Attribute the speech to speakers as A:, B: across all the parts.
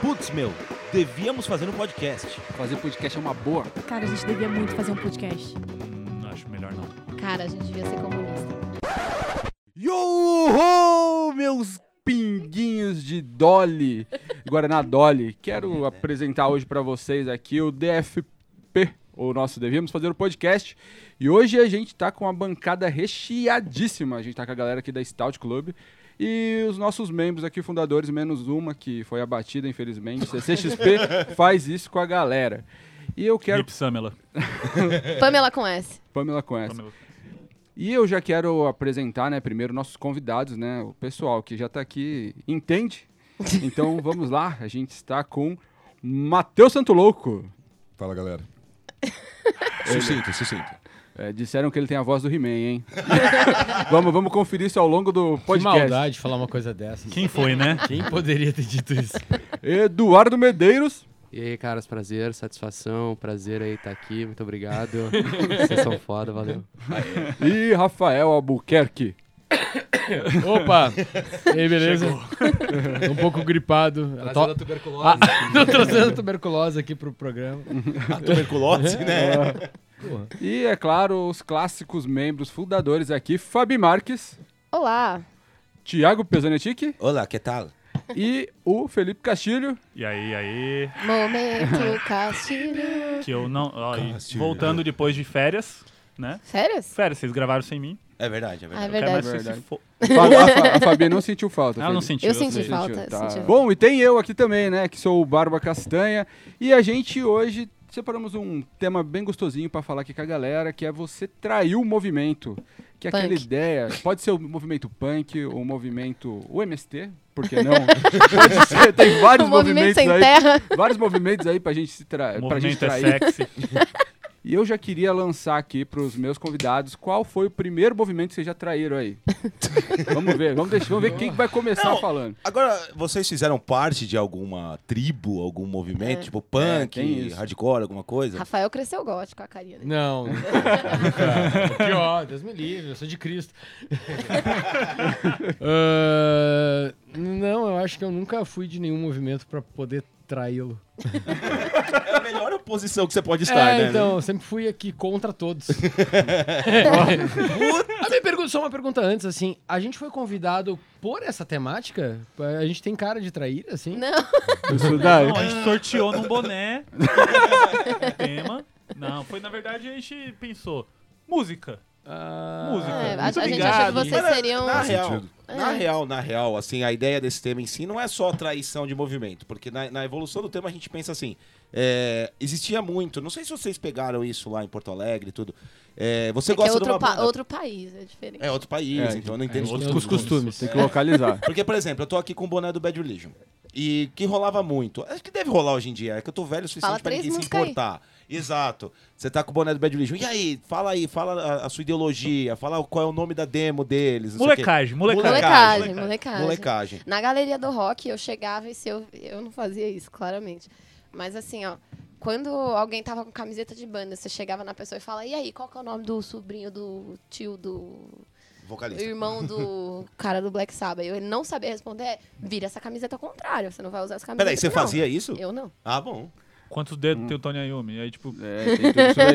A: putz, meu, devíamos fazer um podcast.
B: Fazer podcast é uma boa.
C: Cara, a gente devia muito fazer um podcast.
D: Hum, acho melhor não.
E: Cara, a gente devia ser comunista.
B: Yo, ho, meus pinguinhos de Dolly, Guaraná Dolly. Quero apresentar hoje pra vocês aqui o DFP, o nosso Devíamos Fazer o Podcast. E hoje a gente tá com uma bancada recheadíssima. A gente tá com a galera aqui da Stout Club. E os nossos membros aqui, fundadores, menos uma que foi abatida, infelizmente. CCXP faz isso com a galera. E eu quero.
D: Hip Samela.
E: É. Pamela com S.
B: Pamela conhece.
D: Pamela.
B: E eu já quero apresentar, né, primeiro nossos convidados, né, o pessoal que já tá aqui entende. Então vamos lá, a gente está com Matheus Santolouco.
F: Fala, galera. Sucinto, sucinto.
B: É, disseram que ele tem a voz do He-Man, hein? vamos, vamos conferir isso ao longo do
G: Que
B: podcast.
G: maldade falar uma coisa dessas.
D: Quem foi, né?
G: Quem poderia ter dito isso?
B: Eduardo Medeiros.
H: E aí, caras, prazer, satisfação, prazer aí estar aqui, muito obrigado. Vocês são foda, valeu.
B: E Rafael Albuquerque.
G: Opa! E aí, beleza? Tô um pouco gripado. Eu tô-
H: tuberculose.
G: Ah, tô trazendo a tuberculose aqui pro programa.
A: A tuberculose,
F: É.
A: né?
B: E, é claro, os clássicos membros fundadores aqui, Fabi Marques,
E: Olá.
B: Thiago Pesanetic
F: Olá, que tal?
B: e o Felipe Castilho.
D: E aí, e aí?
E: Momento Castilho.
D: Que eu não. ó, e
F: Castilho.
D: voltando depois de férias, né?
E: Sérias?
D: Férias, vocês gravaram sem mim.
F: É verdade, é
E: Ah, é
F: verdade.
D: Quero mais
E: verdade.
B: Verdade.
D: que se for-
B: Fa- A, Fa- a Fabi não sentiu falta.
D: Ela não
B: Felipe.
D: sentiu.
E: Eu senti
D: sei.
E: falta.
B: Tá.
E: Senti.
B: Bom, e tem eu aqui também, né? Que sou o Barba Castanha. E a gente hoje separamos um tema bem gostosinho pra falar aqui com a galera, que é você traiu o movimento. Que é
E: Punk.
B: aquela ideia, pode ser o movimento punk, o movimento o MST, por que não? pode ser, tem
E: O
B: vários
E: movimento
B: movimentos
E: sem
B: aí.
E: terra.
B: Vários movimentos aí pra gente se trair.
D: O
B: Pra gente
D: movimento é
B: trair.
D: sexy.
B: e eu já queria lançar aqui pros meus convidados qual foi o primeiro movimento que vocês já traíram aí. vamos ver, vamos, deixar, vamos ver quem que vai começar
F: Não,
B: falando.
F: Agora, vocês fizeram parte de alguma tribo, algum movimento, tipo punk,
B: É, tem isso.
F: hardcore, alguma coisa?
E: Rafael cresceu gótico, a carinha dele.
G: Não. não. Cara, Pior, Deus me livre, eu sou de Cristo. Ah, não, eu acho que eu nunca fui de nenhum movimento pra poder traí-lo.
F: É a melhor posição que você pode né?
G: é, então, eu sempre fui aqui contra todos. a minha pergunta, só uma pergunta antes, assim, a gente foi convidado por essa temática? A gente tem cara de trair, assim?
E: Não,
B: Isso daí.
D: Não, a gente sorteou num boné. tema. Não, foi na verdade a gente pensou. Música.
G: Ah,
D: Música.
E: é, a, a
D: Muito
E: gente
D: obrigado.
E: achou que vocês
F: Mas, é,
E: seriam.
F: Na real, sentido.
E: É.
F: na real, na real, assim, a ideia desse tema em si não é só traição de movimento, porque na, na evolução do tema a gente pensa assim, é, existia muito, não sei se vocês pegaram isso lá em Porto Alegre e tudo, é, você
E: É que é
F: gosta de
E: outro,
F: uma
E: pa-
F: banda-
E: outro país, é diferente.
F: É outro país,
B: É,
F: então eu não entendo
D: é outro
G: tem os costumes.
B: Tem que localizar.
F: Porque, por exemplo, eu tô aqui com o boné do Bad Religion. E que rolava muito. Acho que deve rolar hoje em dia. É que eu tô velho o
E: Fala
F: suficiente pra
E: três
F: ninguém se
E: músicas aí.
F: importar. Exato. Você tá com o boné do Bad Religion. E aí, fala aí, fala a, a sua ideologia, fala qual é o nome da demo deles. não sei o quê.
D: Molecagem, molecagem.
E: Molecagem, molecagem.
F: É Molecagem.
E: Na galeria do rock, eu chegava e se eu, eu não fazia isso, claramente. Mas assim, ó, quando alguém tava com camiseta de banda, você chegava na pessoa e fala, e aí, qual que é o nome do sobrinho do tio do
F: Vocalista.
E: irmão do cara do Black Sabbath? Eu não sabia responder, é, vira essa camiseta ao contrário, você não vai usar essa camiseta.
F: Peraí, você
E: não."
F: fazia isso?
E: Eu não.
F: Ah, bom.
D: Quantos
B: Hum.
D: dedos tem o Tony Ayumi? Aí, tipo.
B: É, tem tudo isso daí.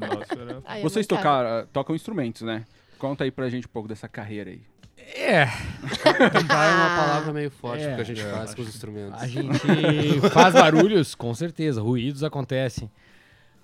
D: não, nossa, era-
E: Aí eu
B: Vocês
E: não ficava.
B: tocaram, tocam instrumentos, né? Conta aí pra gente um pouco dessa carreira aí.
G: É,
H: é uma palavra meio forte
G: É,
H: porque a gente faz com os instrumentos.
G: a gente faz barulhos, com certeza, ruídos acontecem,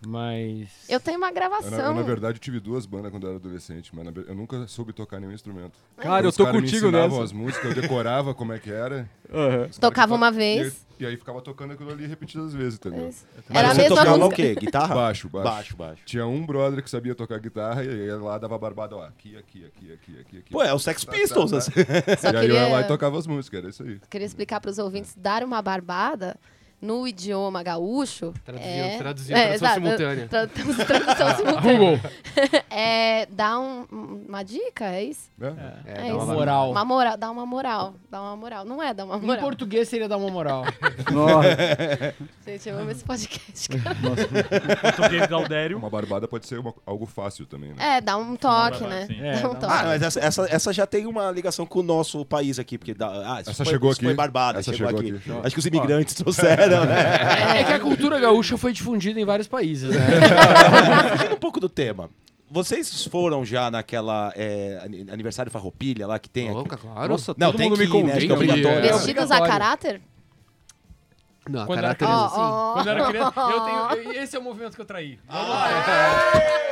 G: mas...
E: Eu tenho uma
I: Eu, na, eu,
E: gravação.
I: na verdade, eu tive duas bandas quando eu era adolescente, mas na ver- eu nunca soube tocar nenhum instrumento.
B: Cara, eu
I: Os
B: tô
I: caras
B: contigo
I: me ensinavam
B: nessa.
I: as músicas, eu decorava como é que era.
B: Aham.
I: Os caras
E: Tocava
I: que to-
E: uma vez.
I: E, e aí ficava tocando aquilo ali repetidas vezes, entendeu?
E: Era a
F: você
E: mesma
F: tocava
E: música.
F: o quê? Guitarra?
I: Baixo, baixo.
F: Baixo, baixo.
I: Tinha um brother que sabia tocar guitarra e aí lá dava barbada, ó, aqui, aqui, aqui, aqui, aqui, aqui.
F: Pô, é o Sex
I: Tá, tá,
F: Pistols.
I: tá.
F: assim.
E: Só
I: E aí eu ia lá e tocava as músicas, era isso aí.
E: queria explicar para os ouvintes dar uma barbada no idioma gaúcho.
H: Traduzindo,
E: é...
H: traduzindo, tradução
E: exato,
G: Ah,
H: simultânea.
E: tra- tra- tradução simultânea.
G: Google.
E: é dar um, um- uma dica, é isso?
I: né?
H: É,
E: É
H: dá
E: isso.
H: uma
G: moral.
E: Uma moral, dá uma moral, dá uma moral. Não é dar uma
G: Em
E: moral.
G: português seria dar uma moral.
B: Nossa,
E: Gente, eu amo esse podcast. cara.
D: Português Gaudério.
I: Uma barbada pode ser uma- algo fácil também, né?
E: É, dá um toque, né?
D: Sim.
G: É,
E: Dá um
G: dá-
E: toque.
F: Ah, mas essa, essa, essa já tem uma ligação com o nosso país aqui, porque da, ah, isso
I: Essa
F: foi,
I: chegou
F: isso
I: aqui.
F: Foi barbada,
I: Essa
F: chegou,
I: chegou
F: aqui.
I: aqui.
F: Acho que os imigrantes trouxeram, né?
G: É que a cultura gaúcha foi difundida em vários países, né?
F: Fugindo um pouco do tema. Vocês foram já naquela é, ani- aniversário farroupilha lá que tem aqui?
H: Louca, claro.
B: Nossa,
F: Não,
B: todo
F: tem
B: mundo
F: que
B: me
F: ir, né? Acho que é
B: convida.
F: obrigatório.
B: É.
E: Vestidos a
G: obrigatório.
E: caráter?
H: Não, a é
G: Quando era
H: caráter.
G: criança,
E: Ó, ó, ó.
G: Quando eu era criança, eu tenho. eu- esse é o movimento que eu traí.
E: Ah.
G: Vamos lá.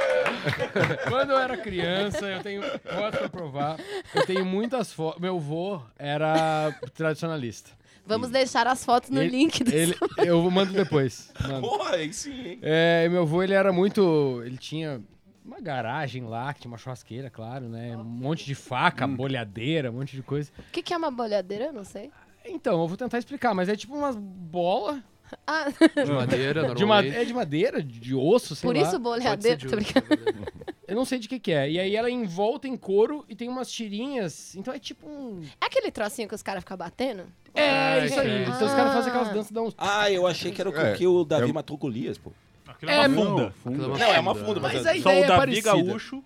G: Quando eu era criança, eu tenho fotos pra provar. Eu tenho muitas fotos. Meu avô era tradicionalista.
E: Vamos deixar as fotos no
G: Ele-
E: link do
G: Ele, eu mando depois. Mando.
F: Porra, aí sim, hein?
G: É, meu avô, ele era muito. Ele tinha uma garagem lá, que tinha uma churrasqueira, claro, né? Um monte de faca, bolhadeira, um monte de coisa.
E: O que, que é uma bolhadeira? Eu não sei.
G: Então, eu vou tentar explicar, mas é tipo umas bolas
E: Ah,
H: De madeira, normalmente.
G: de, ma é de madeira, de osso, sei
E: por
G: lá.
E: isso bolhadeira. Tô brincando.
G: Eu não sei de que que é. E aí ela é envolta em couro e tem umas tirinhas. Então é tipo um...
E: É aquele trocinho que os caras ficam batendo?
G: É,
H: É,
G: isso aí.
H: é.
G: Então os caras fazem aquelas danças dão uns...
F: Ah, eu achei que era o que,
I: É,
F: que o Davi
I: é-
F: matou o Golias, pô.
D: Aquilo é uma
B: Não,
D: funda.
B: funda.
F: Não, é uma funda, mas,
G: Mas a
D: Só
G: ideia
D: o
G: é
D: Davi
G: parecida.
D: Gaúcho.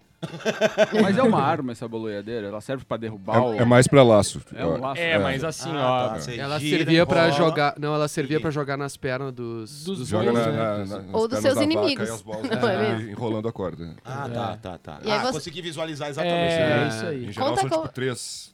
B: Mas é uma arma essa boleadeira? Ela serve pra derrubar o...
I: É, é mais pra laço.
B: É um laço.
G: É, mas
F: Ah,
G: assim, ó...
F: tá,
H: Ela servia pra jogar. Não, ela servia pra jogar nas pernas dos.
G: Dos
I: Joga
G: bolos,
I: na,
G: né?
I: na, na, nas
E: Ou dos
I: pernas
E: seus
I: da vaca
E: inimigos.
I: e as bolas
E: Não é
I: ficam enrolando a corda.
F: Ah, tá, tá, tá.
E: E aí
F: ah,
E: você-
F: consegui visualizar exatamente.
G: É,
H: É.
G: isso
I: Em
G: aí.
I: geral
E: Conta
I: são
E: como-
I: tipo três,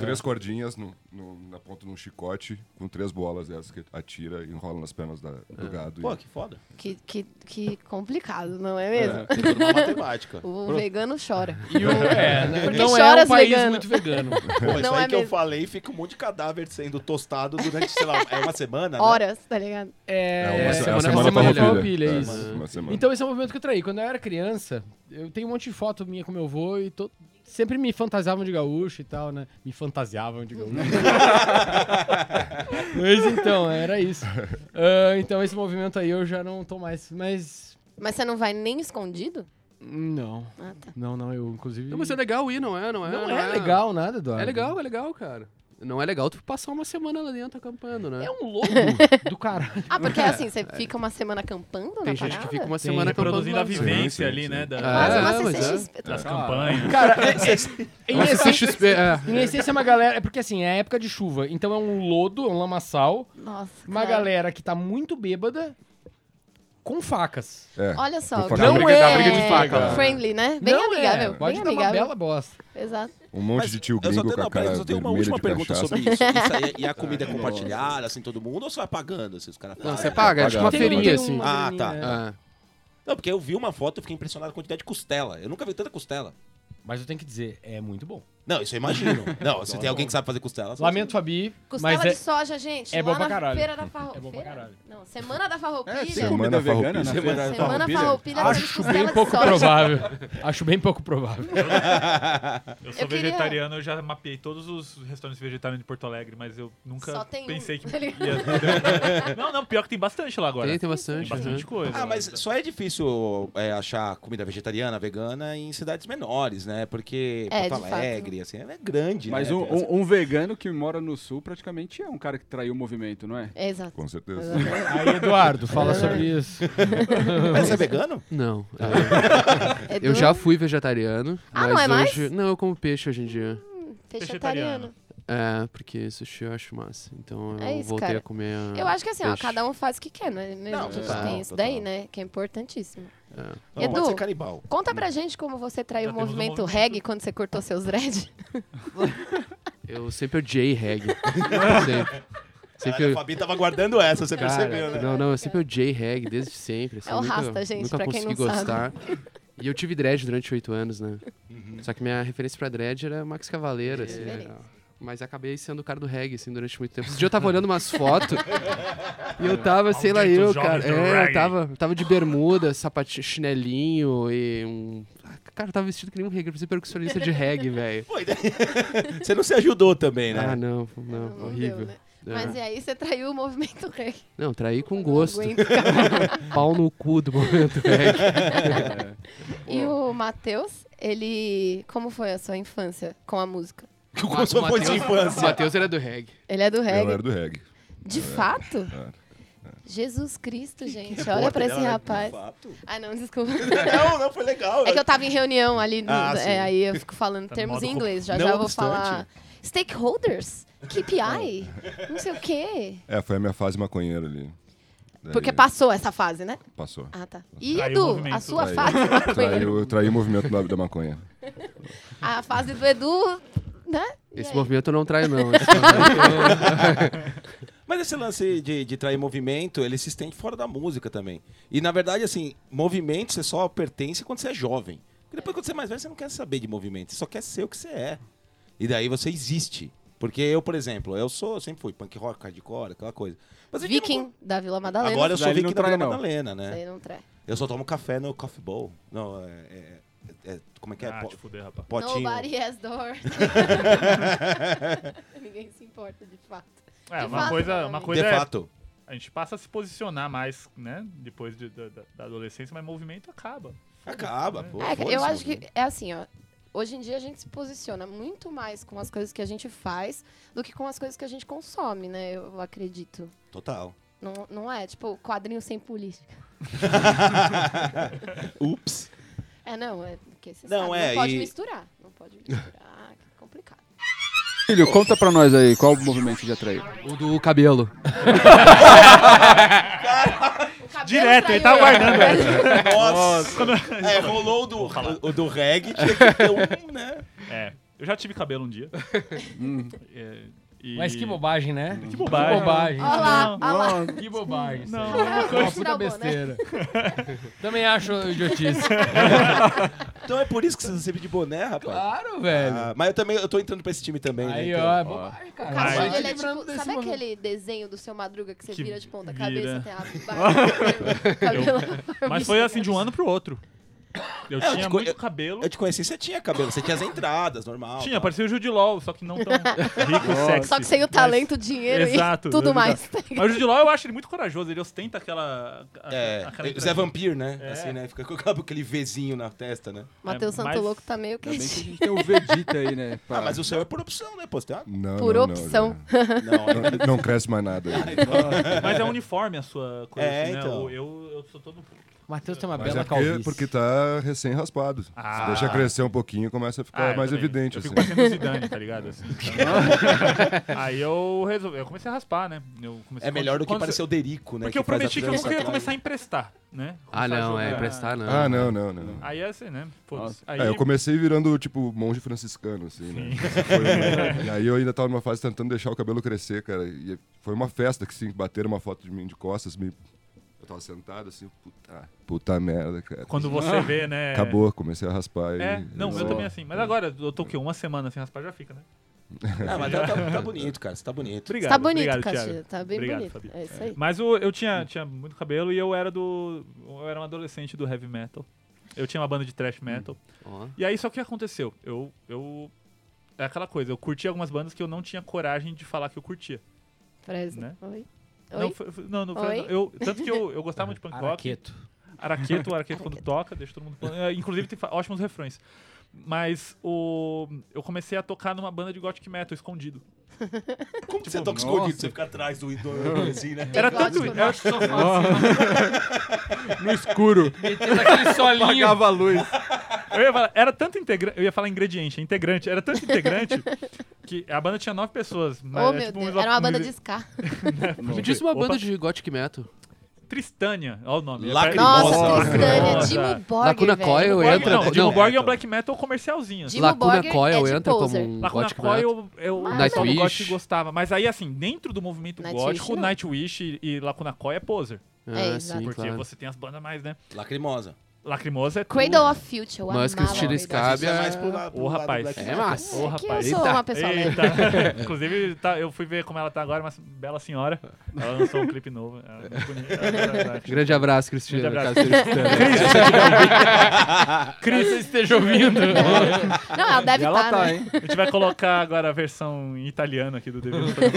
I: três cordinhas no, no- na ponta de um chicote com três bolas dessas que atira e enrola nas pernas da- do gado.
F: É. Pô,
I: e-
F: que foda.
E: Que, que, que complicado, não é mesmo?
F: Tem toda uma matemática.
E: O vegano chora.
G: E o, é, né?
E: Porque
G: não é
E: chora
G: um
E: os
G: país
E: vegano.
G: muito vegano.
F: Pô, isso
E: Não
F: aí
E: é
F: que eu
E: mesmo.
F: falei, fica um monte de cadáver sendo tostado durante, sei lá, é uma semana, né?
E: Horas, tá ligado?
G: É,
I: uma se-
H: semana
I: a
H: é
I: semana
H: farroupilha.
G: farroupilha,
I: É,
G: isso.
I: Uma semana.
G: Então esse é o movimento que eu traí. Quando eu era criança, eu tenho um monte de foto minha com meu avô e to- sempre me fantasiavam de gaúcho e tal, né? Me fantasiavam de gaúcho. Mas então, era isso. Ah, então esse movimento aí eu já não tô mais, mas...
E: Mas você não vai nem escondido?
G: Não,
E: Ah, tá.
G: não, não, eu inclusive...
H: Não, mas é legal ir, não é? Não é,
G: Não é legal nada, Eduardo.
H: É legal, é legal, cara. Não é legal tu passar uma semana lá dentro acampando, né?
G: É um louco do caralho.
E: Ah, porque assim, você
G: É.
E: fica uma semana acampando
H: Tem
E: na
H: gente
E: parada?
H: que fica uma
G: Tem,
H: semana acampando.
D: Reproduzindo a
H: lá.
D: vivência
I: Sim,
D: ali,
I: sim,
D: né?
I: sim.
D: da-
B: Ah,
E: Quase
H: É,
E: uma
H: mas é.
E: CCXP.
D: Das campanhas.
G: Cara, em,
H: Nossa,
G: essência,
H: CXP, é.
G: em essência, uma galera... É porque assim, é época de chuva, então é um lodo, é um lamaçal...
E: Nossa,
G: Uma
E: cara.
G: galera que tá muito bêbada com facas.
I: É.
E: Olha só,
I: Com faca.
E: não
I: Dá
G: briga-
E: é
G: dá briga de faca.
E: friendly, né? Bem
G: Não
E: amigável,
G: É. Pode
E: bem
G: dar uma
E: amigável.
G: bela bosta.
E: Exato.
I: Um monte
F: Mas
I: de tio
F: Eu só
I: gringo
F: tenho,
I: com a
F: não, peraí,
I: cara
F: eu só tenho uma
I: vermelha
F: última
I: de
F: pergunta
I: cachaça.
F: sobre isso. Isso aí- e a comida é compartilhada, assim, todo mundo, ou só é pagando, assim, os caras
H: Não,
F: fazem?
H: você paga, é tipo uma
I: Tem-
H: feirinha,
I: tem
H: assim.
F: Ah, tá.
G: graninha, né?
H: Ah,
F: Não, porque eu vi uma foto e fiquei impressionado com a quantidade de costela. Eu nunca vi tanta costela.
G: Mas eu tenho que dizer, é muito bom.
F: Não, isso eu imagino. Não, se tem alguém que sabe fazer costela... só-
G: Lamento, Fabi,
E: Costela
G: mas
E: de
G: é...
E: soja, gente.
G: é bom
E: lá
G: pra
E: na
G: caralho.
E: Feira da Farroupilha.
G: É bom pra caralho.
E: Não, Semana da Farroupilha.
B: É, tem
I: Semana
B: comida vegana na
I: farroupilha.
B: feira da
E: semana
B: farroupilha?
E: Farroupilha, temos
G: Acho
E: costela
G: bem
E: de
G: um pouco
E: soja.
G: provável. Acho bem pouco provável.
D: Eu sou
E: Eu queria-
D: vegetariano, eu já mapeei todos os restaurantes vegetarianos de Porto Alegre, mas eu nunca
E: Só tem um,
D: pensei
E: tá
D: que
E: ligado?
D: ia... Não, não, pior que tem bastante lá agora.
H: tem, tem bastante.
D: bastante
H: né?
D: coisa.
F: Ah, mas só é difícil é, achar comida vegetariana, vegana em cidades menores, né? Porque
E: É,
F: Porto
E: de fato.
F: Alegre, assim, é grande,
B: Mas
F: né?
B: um, um- um vegano que mora no sul praticamente é um cara que traiu o movimento, não é?
E: É, Exato.
I: Com certeza.
G: Aí, Eduardo, fala sobre isso.
F: Mas você é vegano?
H: Não. é.
E: É
H: Eu
E: do
H: já fui vegetariano.
E: Ah,
H: mas
E: não é mais?
H: hoje... Não, eu como peixe hoje em dia.
E: vegetariano.
H: É, porque sushi eu acho massa. Então eu
E: É isso,
H: voltei
E: cara.
H: a comer. ah,
E: Eu acho que assim, ó,
H: peixe.
E: cada um faz o que quer, né? Mesmo
F: Não,
E: a gente
F: total,
E: tem isso
F: total.
E: daí, né? Que é importantíssimo.
F: Não,
E: Edu.
F: pode ser canibal.
E: Conta pra gente como você traiu
D: Já
E: o
D: temos um
E: movimento
D: movimento.
E: reggae quando você cortou seus dreads.
H: Eu sempre odiei reggae. sempre. Sempre
F: Caralho, a
H: eu...
F: Fabi tava guardando essa, você
H: Cara,
F: percebeu, né?
H: Não, não, eu sempre odiei reggae desde sempre. assim,
E: É o
H: nunca,
E: Rasta, gente,
H: Nunca
E: pra quem
H: consegui
E: não
H: gostar. E eu tive dread durante oito anos, né?
F: Uhum.
H: Só que minha referência pra dread era Max Cavaleiro, assim.
E: É Diferente.
H: né? Mas acabei sendo o cara do reggae, assim, durante muito tempo. Esse dia eu tava olhando umas fotos e eu tava, sei lá,
D: Maldito
H: eu,
D: jovem
H: cara.
D: do
H: É,
D: reggae.
H: eu tava, eu tava de bermuda, sapatinho, chinelinho e um. Ah, Cara, eu tava vestido que nem um reggae, eu pensei percussionista de reggae, velho.
F: Você não se ajudou também, né?
H: Ah, não, não,
E: Não deu,
H: horrível. É.
E: né? Mas e aí você traiu o movimento rei.
H: Não, traí com
E: Não
H: gosto.
E: aguento, cara.
H: Pau no cu do momento, velho.
E: e o Matheus, ele. Como foi a sua infância com a música?
F: Como só foi de
H: O
F: infância.
H: Matheus era do reggae.
E: Ele é do
I: Eu
E: reggae.
I: era do reggae.
E: De fato?
I: era.
E: Jesus Cristo, gente. Olha pra
F: é
E: esse rapaz. Ah, não, desculpa.
F: Não, não, foi legal.
E: É que eu tava em reunião ali, no-
F: Ah, sim.
E: é, aí eu fico falando
D: Tá no
E: termos
D: modo
E: em inglês, já
F: não
E: já vou
F: obstante.
E: falar. Stakeholders, KPI, não sei o quê.
I: É, foi a minha fase maconheira ali. Daí
E: Porque passou essa fase, né?
I: passou.
E: Ah, tá. E
D: Traiu o
E: Edu,
D: movimento.
E: a sua
I: Traiu.
E: fase? né?
I: Traiu, traí o movimento da, da maconha.
E: A fase do Edu, né? E
H: Esse É.
E: aí?
H: movimento eu não traio, não. Esse movimento
F: Mas esse lance de, de trair movimento, ele se estende fora da música também. E na verdade, assim, movimento você só pertence quando você é jovem. Porque depois, quando você é mais velho, você não quer saber de movimento, você só quer ser o que você é. E daí você existe. Porque eu, por exemplo, eu sou, sempre fui punk rock, hardcore, aquela coisa. Mas é que eu não-
E: Viking, da Vila Madalena.
F: Agora eu
B: Isso
F: sou
B: daí
F: viking
B: não
F: da
B: trai,
F: Vila
B: não.
F: Madalena,
E: Isso
F: né?
E: aí não trai.
F: Eu só tomo café no coffee bowl. Não, é. é- é- é- como é que é?
D: Ah,
F: Po-
D: te fuder, rapaz.
F: potinho.
E: Nobody has door. Ninguém se importa, de fato.
D: É,
E: De
D: uma
E: fato,
D: coisa, uma
E: realmente.
F: De
D: coisa é,
F: fato.
D: a gente passa a se posicionar mais, né, depois de- da, da- da adolescência, mas movimento acaba.
F: Acaba, pô.
E: É,
F: foda-se
E: eu acho
F: movimento.
E: que é assim, ó. Hoje em dia a gente se posiciona muito mais com as coisas que a gente faz do que com as coisas que a gente consome, né? Eu acredito.
F: Total.
E: Não, não é, tipo, quadrinho sem política.
F: Ups.
E: É, não, é porque você
F: Não,
E: sabe,
F: é,
E: não pode
F: e-
E: misturar. Não pode misturar, que complicado.
B: Filho, conta pra nós aí, qual o movimento que já traiu?
H: eu- o do cabelo.
E: O cabelo
D: Direto, ele
E: traiu
D: tá
E: eu.
D: guardando essa.
F: Nossa. É, rolou o do,
D: falar.
F: o, o do reggae, tinha que ter um, né?
D: É, eu já tive cabelo um dia. É, e-
G: Hum. Mas que bobagem, né?
D: Que bobagem.
G: Que bobagem.
E: Olha lá, olha lá.
G: Que bobagem. isso
D: Não,
G: aí.
D: não,
G: É uma puta
E: Traumou, né?
G: besteira. Também acho idiotice.
F: Então é por isso que você recebe de boné, rapaz.
G: Claro, velho.
F: Ah, mas eu também, eu tô entrando pra esse time também, né?
G: Aí,
F: então.
G: ó, é bobagem, cara.
E: O
D: Mas-
E: cabelo
G: Só tá
E: dele é
G: lembrando
E: tipo,
G: desse
E: sabe
G: momento.
E: aquele desenho do seu Madruga que você
D: Que
E: vira de ponta
D: vira.
E: cabeça até a cabelo?
D: Mas foi assim de um ano pro outro. Eu
F: É, eu te
D: tinha
F: co-
D: muito cabelo.
F: Eu te conheci, você tinha cabelo, você tinha as entradas, normal.
D: Tinha,
F: tal.
D: parecia o Jude Law, só que não tão rico, sexy.
E: Só que sem o
D: assim. Mas-
E: talento, o dinheiro
D: Exato,
E: e tudo
D: exato.
E: mais. tá ligado?
D: Mas o Jude Law eu acho ele muito corajoso, ele ostenta aquela... a-
F: É,
D: aquela
F: Zé Vampiro, né?
D: É.
F: Assim, né? Fica com aquele Vzinho na testa, né?
E: Matheus
D: É, mas-
E: Santoloco tá meio
B: Ainda bem que a
E: quietinho.
B: gente tem o Vegeta aí, né? pra-
F: Ah, mas o seu é por opção, né? Pô, você tem uma...
I: Não,
E: Por
I: não, não,
E: opção.
I: já-
F: Não, é-
I: Não, não cresce mais nada. aí.
D: Mas é uniforme a sua coisa,
F: É,
D: assim, né?
F: então.
D: Eu, eu, eu sou todo... um
I: É,
G: Matheus tem uma
I: Mas
G: bela
I: é
G: calvície.
I: porque, porque tá recém-raspado. Se
D: Ah.
I: deixa crescer um pouquinho, começa a
D: Ah,
I: ficar
D: eu
I: mais
D: também.
I: evidente.
D: Eu
I: Assim.
D: fico parecendo o Zidane, tá ligado? Assim, então- Aí eu resolvi, eu comecei a raspar, né? Eu comecei
F: é melhor do que
D: quando-
F: parecer o Derico, né?
D: Porque eu
F: faz a
D: prometi que eu
F: trança
D: nunca ia
F: atrás.
D: começar a emprestar, né? Começar
H: Ah,
D: a
H: não, é
D: jogar-
H: emprestar, não.
I: Ah, não, não, não.
D: Aí é assim, né? Foda-se. Aí
I: É, eu comecei virando, tipo, monge franciscano, assim, né? Foi uma- E aí eu ainda tava numa fase tentando deixar o cabelo crescer, cara. E foi uma festa que, sim, bateram uma foto de mim de costas, me... Eu tava sentado, assim, puta, puta merda, cara.
D: quando você vê, né?
I: Ah, Acabou, comecei a raspar e...
D: É, não,
I: e
D: eu
I: só-
D: também assim. Mas agora, eu tô o quê? Uma semana sem raspar já fica, né?
F: Ah, mas tá, tá- tá bonito, cara. Você tá bonito.
D: Obrigado.
E: Tá bonito,
D: obrigado, Thiago.
E: Castilho. Tá bem
D: Obrigado,
E: bonito.
D: Fabi.
E: É isso aí.
D: Mas o- eu tinha, tinha muito cabelo e eu era do. Eu era um adolescente do heavy metal. Eu tinha uma banda de thrash metal.
H: Ó.
D: E aí só que aconteceu? Eu. eu é aquela coisa, eu curti algumas bandas que eu não tinha coragem de falar que eu curtia.
E: Fresno.
D: Né?
E: Oi. Oi?
D: Não, foi- foi- não, não foi-
E: Oi?
D: eu, tanto que eu, eu gostava muito de punk rock.
G: Araqueto.
D: Araqueto, o Araqueto quando toca, deixa todo mundo. É, Inclusive tem fa- ótimos refrões. Mas o, eu comecei a tocar numa banda de gothic metal escondido.
F: Como que você toca
B: nossa.
F: escondido? Você fica atrás do ídolo, assim, né?
D: Era tanto.
E: gótico,
D: Era só assim,
B: No escuro,
G: Metendo aquele solinho.
B: apagava a luz.
D: eu ia falar, era tanto integrante. Eu ia falar ingrediente, é integrante. Era tanto integrante que a banda tinha nove pessoas. Mas
E: Oh,
D: é
E: meu
D: tipo um
E: Deus.
D: iso-
E: Era uma
D: um
E: banda de
D: iso-
E: ska.
H: Me diz uma
D: Opa.
H: banda de gothic metal.
D: Tristânia, olha o nome.
F: Lacrimosa.
E: Nossa,
D: Nossa.
E: Tristânia.
D: Nossa.
E: Timo Borg,
H: Lacuna
E: velho.
H: Coil
D: Borg,
H: entra.
D: não, Dimmu
H: não,
D: Borg é um black metal comercialzinho. assim.
E: Dimmu
H: Lacuna
E: Borg é
H: Coil
E: de
H: entra como
E: poser.
H: um
D: Lacuna
H: gothic metal.
D: Coil eu, eu
E: Nightwish.
D: só não gosto e gostava. Mas aí, assim, dentro do movimento
E: Nightwish,
D: gótico,
E: não.
D: Nightwish e, e Lacuna Coil é poser.
H: Ah,
E: É, exato.
H: sim,
D: Porque
H: claro.
D: você tem as bandas mais, né?
F: Lacrimosa.
D: Lacrimosa é tudo.
E: Cradle of Future, eu
H: Mas que o
E: amava
H: estilo
E: Cradle of
H: Scabia-
E: Future.
F: é mais pro lado.
D: Ô, rapaz.
H: É massa.
D: Ô,
E: É que eu
D: rapaz.
E: sou uma pessoa lenta.
D: Eita. Inclusive, tá, eu fui ver como ela tá agora, uma bela senhora. Ela lançou um clipe novo. Ela é muito bonita.
H: Grande abraço, Cristina.
D: Grande abraço.
H: caso esteja escutando.
G: Cris, você esteja ouvindo.
E: Não, ela deve
B: E ela
E: estar,
B: tá,
E: né?
B: hein?
D: A gente vai colocar agora a versão italiana aqui do DVD pra-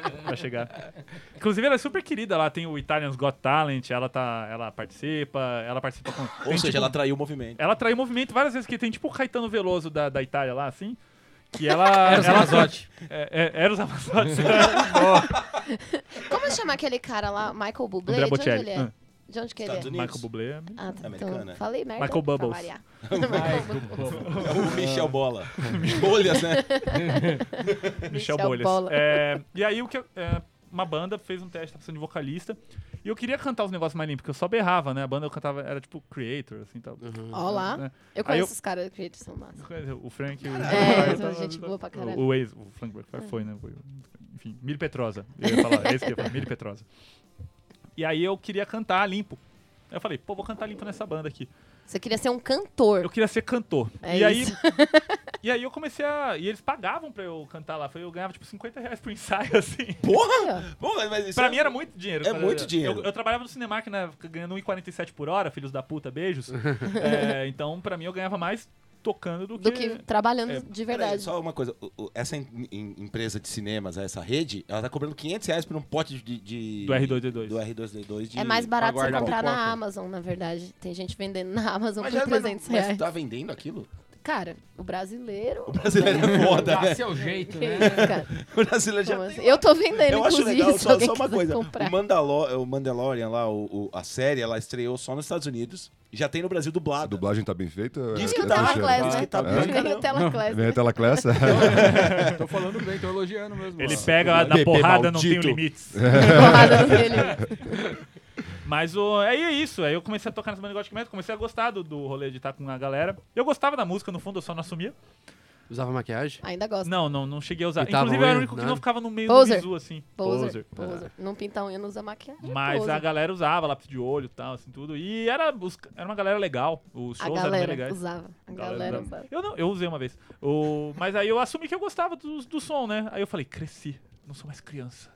D: pra- pra chegar. Inclusive, ela é super querida. Ela tem o Italians Got Talent, ela, tá, ela participa, ela participa com. tipo,
F: Ou seja, ela tá- traiu o movimento.
D: Ela traiu movimento várias vezes, que tem tipo o Caetano Veloso da, da Itália lá, assim. Que ela.
G: Era o
D: ela
G: Amazotti.
D: É, é, era os Amazotes.
E: Como chama aquele cara lá? Michael Bublé?
D: André
E: De onde
D: Bocelli.
E: ele é?
D: Ah.
E: De onde que ele é?
F: Estados Unidos.
D: Michael Bublé.
E: Ah, tá,
F: Americana.
E: então, falei merda.
D: Michael
E: pra
D: Bubbles.
E: variar.
F: É. O Michel Bola. Bolhas, né?
D: Michel
E: Michel
D: Bolhas.
E: Bola.
D: É, e aí, o que eu- é, uma banda fez um teste, tá precisando de vocalista. E eu queria cantar os negócios mais limpos, porque eu só berrava, né? A banda eu cantava, era tipo Creator, assim, tal.
E: Ó lá. Eu
D: Aí eu-
E: conheço os caras que eles são massa.
D: O Frank. O...
E: É, são gente boa pra caralho.
D: O, o ex, o Frank Blackfire foi, né? Foi, enfim, Miri Petrosa. Eu ia falar, é isso que eu ia falar, Miri Petrosa. E aí eu queria cantar limpo. Aí Eu falei, pô, vou cantar limpo nessa banda aqui.
E: Você queria ser um cantor.
D: Eu queria ser cantor.
E: É
D: e
E: isso.
D: aí E aí eu comecei a. E eles pagavam pra eu cantar lá. Foi- Eu ganhava tipo 50 reais pro ensaio, assim.
F: Porra! Bom, mas isso
D: Pra
F: é-
D: mim era muito dinheiro.
F: É
D: cara.
F: muito dinheiro.
D: Eu, eu trabalhava no Cinemark, né, ganhando 1,47 por hora, filhos da puta, beijos. É, então, pra mim, eu ganhava mais tocando do que...
E: Do que trabalhando
D: É,
E: de
F: Peraí,
E: verdade.
F: só uma coisa. o- o- Essa em- em- empresa de cinemas, essa rede, ela tá cobrando 500 reais por um pote de... de-
D: Do R2D2.
F: Do R2D2. de-
E: É mais barato
B: pra
E: você
B: guardar
E: comprar
B: pipoca.
E: na Amazon, na verdade. Tem gente vendendo na Amazon
F: Mas,
E: por
F: mas,
E: 300
F: mas,
E: reais.
F: mas tá vendendo aquilo?
E: Cara, o brasileiro.
F: O brasileiro é foda,
G: Ah,
F: né?
G: esse é o jeito,
E: Que
G: né?
E: isso, cara?
F: O brasileiro já
E: Como assim?
F: tem
E: Eu tô vendendo,
F: Eu acho
E: inclusive.
F: legal,
E: se
F: só,
E: alguém
F: só uma
E: quiser
F: coisa.
E: comprar.
F: O, Mandalor, o Mandalorian lá, o- o- a série, ela estreou só nos Estados Unidos. Já tem no Brasil
I: A
F: dublado.
I: dublagem tá bem feita?
F: Diz
E: Diz
I: É-
E: que
I: é
E: o Tela
I: fechado?
E: Class,
F: Diz
E: né?
F: que tá bem,
E: Vem o Tela Class.
I: Vem a tela tá classe?
B: Tô falando bem, tô elogiando mesmo.
D: Ele
B: ó.
D: pega na
F: Bebê
D: porrada, não tem
F: maldito. É.
D: limites.
E: Porrada dele.
D: Mas o, aí é isso. Aí eu comecei a tocar nessa banda de Gothic Metal, comecei a gostar do, do rolê de estar com a galera. Eu gostava da música, no fundo, eu só não assumia.
H: Usava maquiagem?
E: Ainda gosto.
D: Não, não, não cheguei a usar.
H: E tava
D: Inclusive, eu era o
H: ruim,
D: único que
H: né?
D: não ficava no meio
E: Poser.
D: do bizu, assim.
E: Poser. Poser. Não pinta a unha, não usa maquiagem. é
D: Mas
E: poser.
D: a galera usava lápis de olho e tal, assim, tudo. E era, os- era uma galera legal. Os
E: A
D: shows eram bem
E: galera
D: legais.
E: usava. A
D: Galera
E: galera
D: usava.
E: usava.
D: Eu não, eu usei uma vez. O, mas aí eu assumi que eu gostava do, do som, né? Aí eu falei, cresci, não sou mais criança.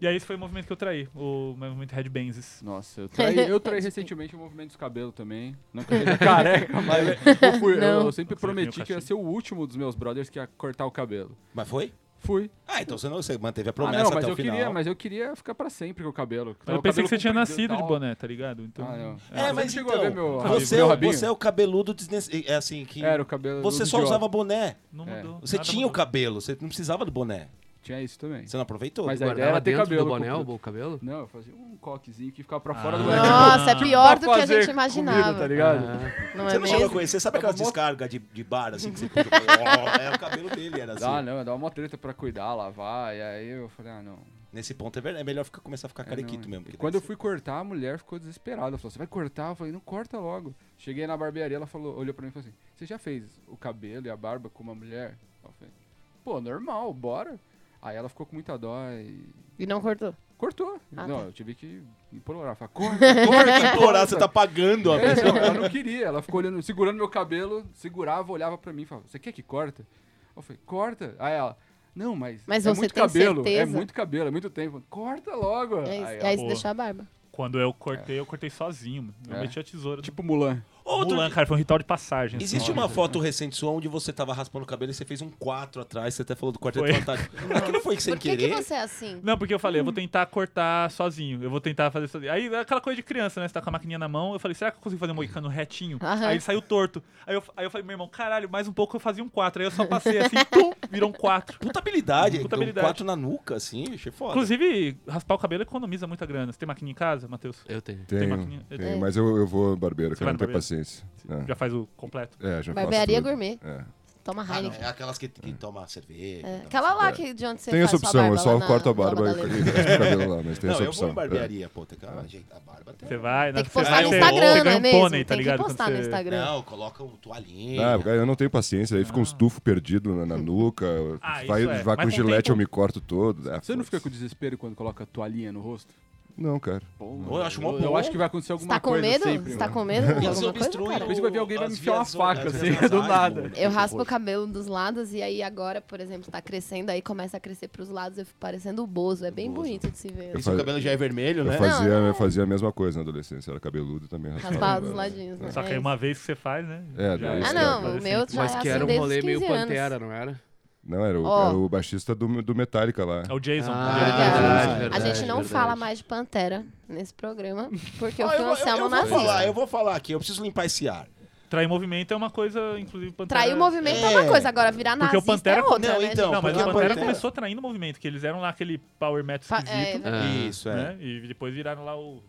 D: e aí esse foi o movimento que eu traí, o movimento Red Bands.
B: Nossa, eu traí, eu traí recentemente o movimento dos cabelos também. Não que eu seja careca, mas eu, fui- eu
E: Não.
B: sempre
D: Você
B: prometi
D: viu o
B: que ia
D: cachinho?
B: ser o último dos meus brothers que ia cortar o cabelo.
F: Mas foi?
B: Fui.
F: Ah, então você, não, você manteve a
B: Ah,
F: promessa
B: não, mas
F: até o
B: eu
F: final.
B: queria, mas eu queria ficar pra sempre com o cabelo.
D: Eu,
B: O
D: pensei
B: cabelo
D: que você
B: comprido
D: tinha
B: e
D: nascido de
B: tal.
D: boné, tá ligado? Então,
B: Ah, não.
F: É,
B: Você
F: mas
B: chegou
F: então,
B: a ver meu,
F: você,
B: meu
F: é o,
B: rabinho?
F: você é o cabeludo desnecessário. É assim, que
B: Era o cabelo
F: você
B: do
F: só
B: idiota.
F: usava boné.
D: não
B: É.
D: mudou.
F: Você
D: nada
F: tinha o
D: mudou.
F: cabelo, você não precisava do boné.
B: Tinha isso também.
F: Você não aproveitou.
B: Mas a ideia
H: Guardava
B: era ter
H: dentro
B: cabelo.
H: do boné
B: comprido.
H: o cabelo?
B: Não, eu fazia um coquezinho que ficava pra
D: Ah.
B: fora do boné.
E: Nossa, é pior do que a
B: Pra fazer
E: gente imaginava.
B: comida, tá ligado?
H: Ah,
E: Não
F: Você
E: é
F: não chegou a
E: mesmo?
F: conhecer, sabe aquelas
B: Tava mó-
F: descargas de, de bar, assim, que você puxa, Ó, É o cabelo dele, era assim.
B: Dá, Ah, né? não, dá uma treta pra cuidar, lavar, e aí eu falei, ah, não.
F: Nesse ponto é, verdade, é melhor ficar, começar a ficar
B: É,
F: carequito
B: não.
F: mesmo.
B: E
F: porque
B: quando eu
F: deve
B: fui cortar, a mulher ficou desesperada. Ela falou, você vai cortar? Eu falei, não corta logo. Cheguei na barbearia, ela falou, olhou pra mim e falou assim, você já fez o cabelo e a barba com uma mulher? Eu falei, pô, normal, bora. Aí ela ficou com muita dó e...
E: E não cortou.
B: Cortou.
E: Ah,
B: não,
E: tá.
B: eu tive que implorar. Falar, corta, corta,
F: ser. Implorar, você tá pagando a
B: É,
F: pessoa.
B: não, ela não queria. Ela ficou olhando, segurando meu cabelo, segurava, olhava pra mim e falava: Você quer que corta? Eu falei: Corta. Aí ela: Não, mas.
E: Mas
B: é
E: você
B: muito
E: tem
B: cabelo. É
E: certeza?"
B: muito cabelo, é muito tempo. Corta logo.
E: É isso.
B: Aí
E: E
B: ela,
E: aí você
D: pô.
E: deixou a barba.
D: Quando eu cortei, eu cortei sozinho. mano. Eu
B: É.
D: meti a tesoura.
B: Tipo
D: Tipo,
B: Mulan.
F: Outro
D: Mulan, cara, foi um ritual de passagem. assim.
F: Existe uma foto recente sua onde você tava raspando o cabelo e você fez um 4 atrás, você até falou do quarteto
D: Foi.
F: fantástico. Aquilo foi sem
E: Por que, que
F: querer.
E: você é assim?
D: Não, porque eu falei, eu vou tentar cortar sozinho. Eu vou tentar fazer sozinho. Aí aquela coisa de criança, né? Você tá com a maquininha na mão. Eu falei, será que eu consigo fazer um moicano retinho?
E: Aham.
D: Aí ele saiu torto. Aí eu, aí eu falei, meu irmão, caralho, mais um pouco eu fazia um 4. Aí eu só passei assim, pum, virou um 4.
F: Puta habilidade.
D: Puta
F: Puta
D: habilidade.
F: 4 na nuca, assim, bicho, é foda.
D: Inclusive, raspar o cabelo economiza muita grana. Você tem maquininha em casa, Matheus?
H: eu tenho.
I: Tenho,
D: maquininha?
E: É.
I: tenho, mas eu, eu vou barbeiro,
D: Você vai
I: cara, não tenho
D: barbeiro?
I: paciência.
D: Já faz o completo.
I: É, é já faço
E: Barbearia
I: tudo.
E: gourmet.
I: É.
E: Toma
F: Ah, não,
E: Heineken.
F: é aquelas que, que toma cerveja.
E: É,
F: tá.
E: Aquela lá que de onde você
I: Tem essa
E: faz sua
I: opção, eu
E: barba
I: só
E: lá na
I: corto a
E: Loma
I: barba
E: da
I: e
E: Lei.
I: e deixo o cabelo lá, mas tem
F: Não,
I: essa
F: eu vou
I: opção. é.
F: em barbearia, pô, tem que ajeitar a barba até.
D: Você vai, né?
E: Tem que
D: Você
E: postar
D: vai-
E: no
D: você-
E: Instagram,
D: você
E: não
D: ganha
E: é
D: um
E: mesmo?
D: pônei, tá
E: Tem que
D: ligado?
E: postar
D: Quando
E: no
D: você-
E: Instagram.
F: Não, coloca um toalhinho.
I: Ah, eu não tenho paciência, aí fica uns tufos perdidos na, na nuca,
D: Ah,
I: vai,
D: isso é.
I: vai
D: Mas com
I: com gilete
D: tempo-
I: eu me corto todo. Ah,
B: Você não
I: foda-se.
B: fica com desespero quando coloca toalhinha no rosto?
I: Não, cara.
F: Eu acho mó
B: Eu, eu
F: bom.
B: acho que vai acontecer
E: Você
B: alguma
E: tá com
B: coisa
E: medo?
B: sempre. né?
E: Você tá
B: mano.
E: com medo de alguma coisa,
F: obstruem
E: cara?
B: Depois que vai vir alguém e vai
F: as
B: me enfiar uma
F: vias-
B: faca,
F: as
B: assim,
F: vias
B: do
F: nasais,
B: nada.
F: mano.
E: Eu raspo o cabelo dos lados e aí agora, por exemplo, tá crescendo, aí começa a crescer pros lados, eu fico parecendo o Bozo. É bem bonito de se ver.
I: Eu
A: E seu
I: faz-
A: cabelo já é vermelho,
I: Eu
A: né?
I: fazia, eu fazia a mesma coisa na adolescência, era cabeludo e também raspava.
E: Raspar dos ladinhos, né?
D: Só que aí uma vez que você faz, né?
I: É,
D: Já-
I: daí
E: Ah,
I: Isso,
E: não,
D: cara.
E: o meu já
H: Mas
E: é
H: que
E: assim
H: era um
E: desde
H: rolê
E: os
H: meio
E: 15 anos.
H: Pantera, não era?
I: Não, era o,
E: Ó.
I: era o baixista do, do Metallica lá.
D: É o Jason.
E: Ah. verdade,
A: verdade,
E: a gente não fala mais de Pantera nesse programa, porque
F: Ah,
E: o
F: eu, vou- eu,
E: Anselmo
F: eu vou
E: nasceu.
F: falar, eu vou falar aqui, eu preciso limpar esse ar.
D: Trair movimento é uma coisa, inclusive, Pantera...
E: Trair o movimento é,
F: É.
E: uma coisa, agora virar
D: Porque
E: nazista
D: o Pantera-
E: é outra,
F: Não,
E: né?
F: então,
D: Não, mas o
F: porque
D: Pantera,
F: a Pantera-
D: começou traindo movimento, que eles eram lá aquele power metal
E: Pa- é,
D: esquisito,
F: Isso, é.
D: né? E depois viraram lá o...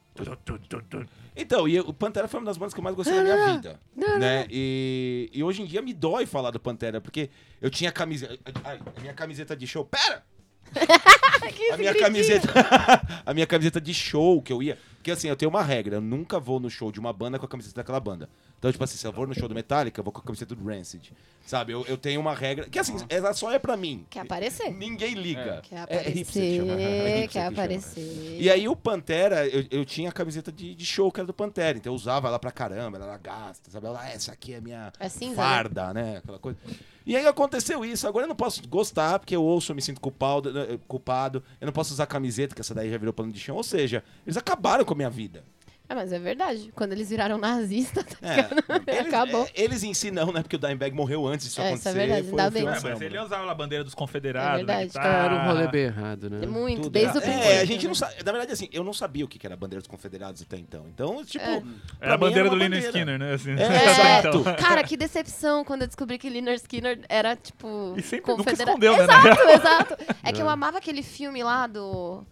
F: Então, e eu- o Pantera foi uma das bandas que eu mais gostei da
E: Ah,
F: minha vida. Né? E, e hoje em dia me dói falar do Pantera, porque eu tinha camiseta. Ai, a minha camiseta de show. Pera! a minha camiseta. a minha camiseta de show que eu ia. Porque assim, eu tenho uma regra, eu nunca vou no show de uma banda com a camiseta daquela banda. Então, tipo assim, se eu vou no show do Metallica, eu vou com a camiseta do Rancid. Sabe? Eu, eu tenho uma regra. Que assim, ela só é pra mim.
E: Quer aparecer?
F: Ninguém liga.
E: Quer
F: É, é hipster que chama. É
E: aparecer,
F: hipster que
E: quer
F: chama.
E: aparecer.
F: E aí o Pantera, eu, eu tinha a camiseta de, de show que era do Pantera, então eu usava ela pra caramba, ela era gasta, sabe? Ela, essa aqui é a minha
E: É cinza,
F: farda, né? Aquela coisa. E aí aconteceu isso, agora eu não posso gostar, porque eu ouço, eu me sinto culpado, eh, culpado, eu não posso usar camiseta, que essa daí já virou pano de chão, ou seja, eles acabaram com a minha vida.
E: É, mas é verdade. Quando eles viraram nazista, tá
F: É,
E: ligado?
F: Eles,
E: acabou.
F: eh, eles em si não, né? Porque o Dimebag morreu antes disso
E: É,
F: acontecer.
E: isso é verdade,
F: foi
E: ainda
F: um
E: bem.
F: filme
E: É,
D: É, mas
F: samba.
D: ele usava lá a bandeira dos confederados, tá?
E: É
D: da
E: verdade.
D: guitarra.
H: Era um rolê bem errado, né?
E: É Muito,
F: Tudo
E: desde
F: era-
E: o né? princípio.
F: É, a gente não sabe. Na verdade, assim, eu não sabia o que que era a bandeira dos confederados até então. Então, tipo. pra mim
D: Era a bandeira
F: uma
D: do Lino
F: bandeira.
D: Skinner, né? Assim,
F: É,
E: É,
F: exato.
E: Cara, que decepção quando eu descobri que Leonard Skinner era, tipo,
D: E sempre nunca
E: confederado.
D: escondeu, né, na
E: Exato, exato. É que eu amava aquele filme lá do...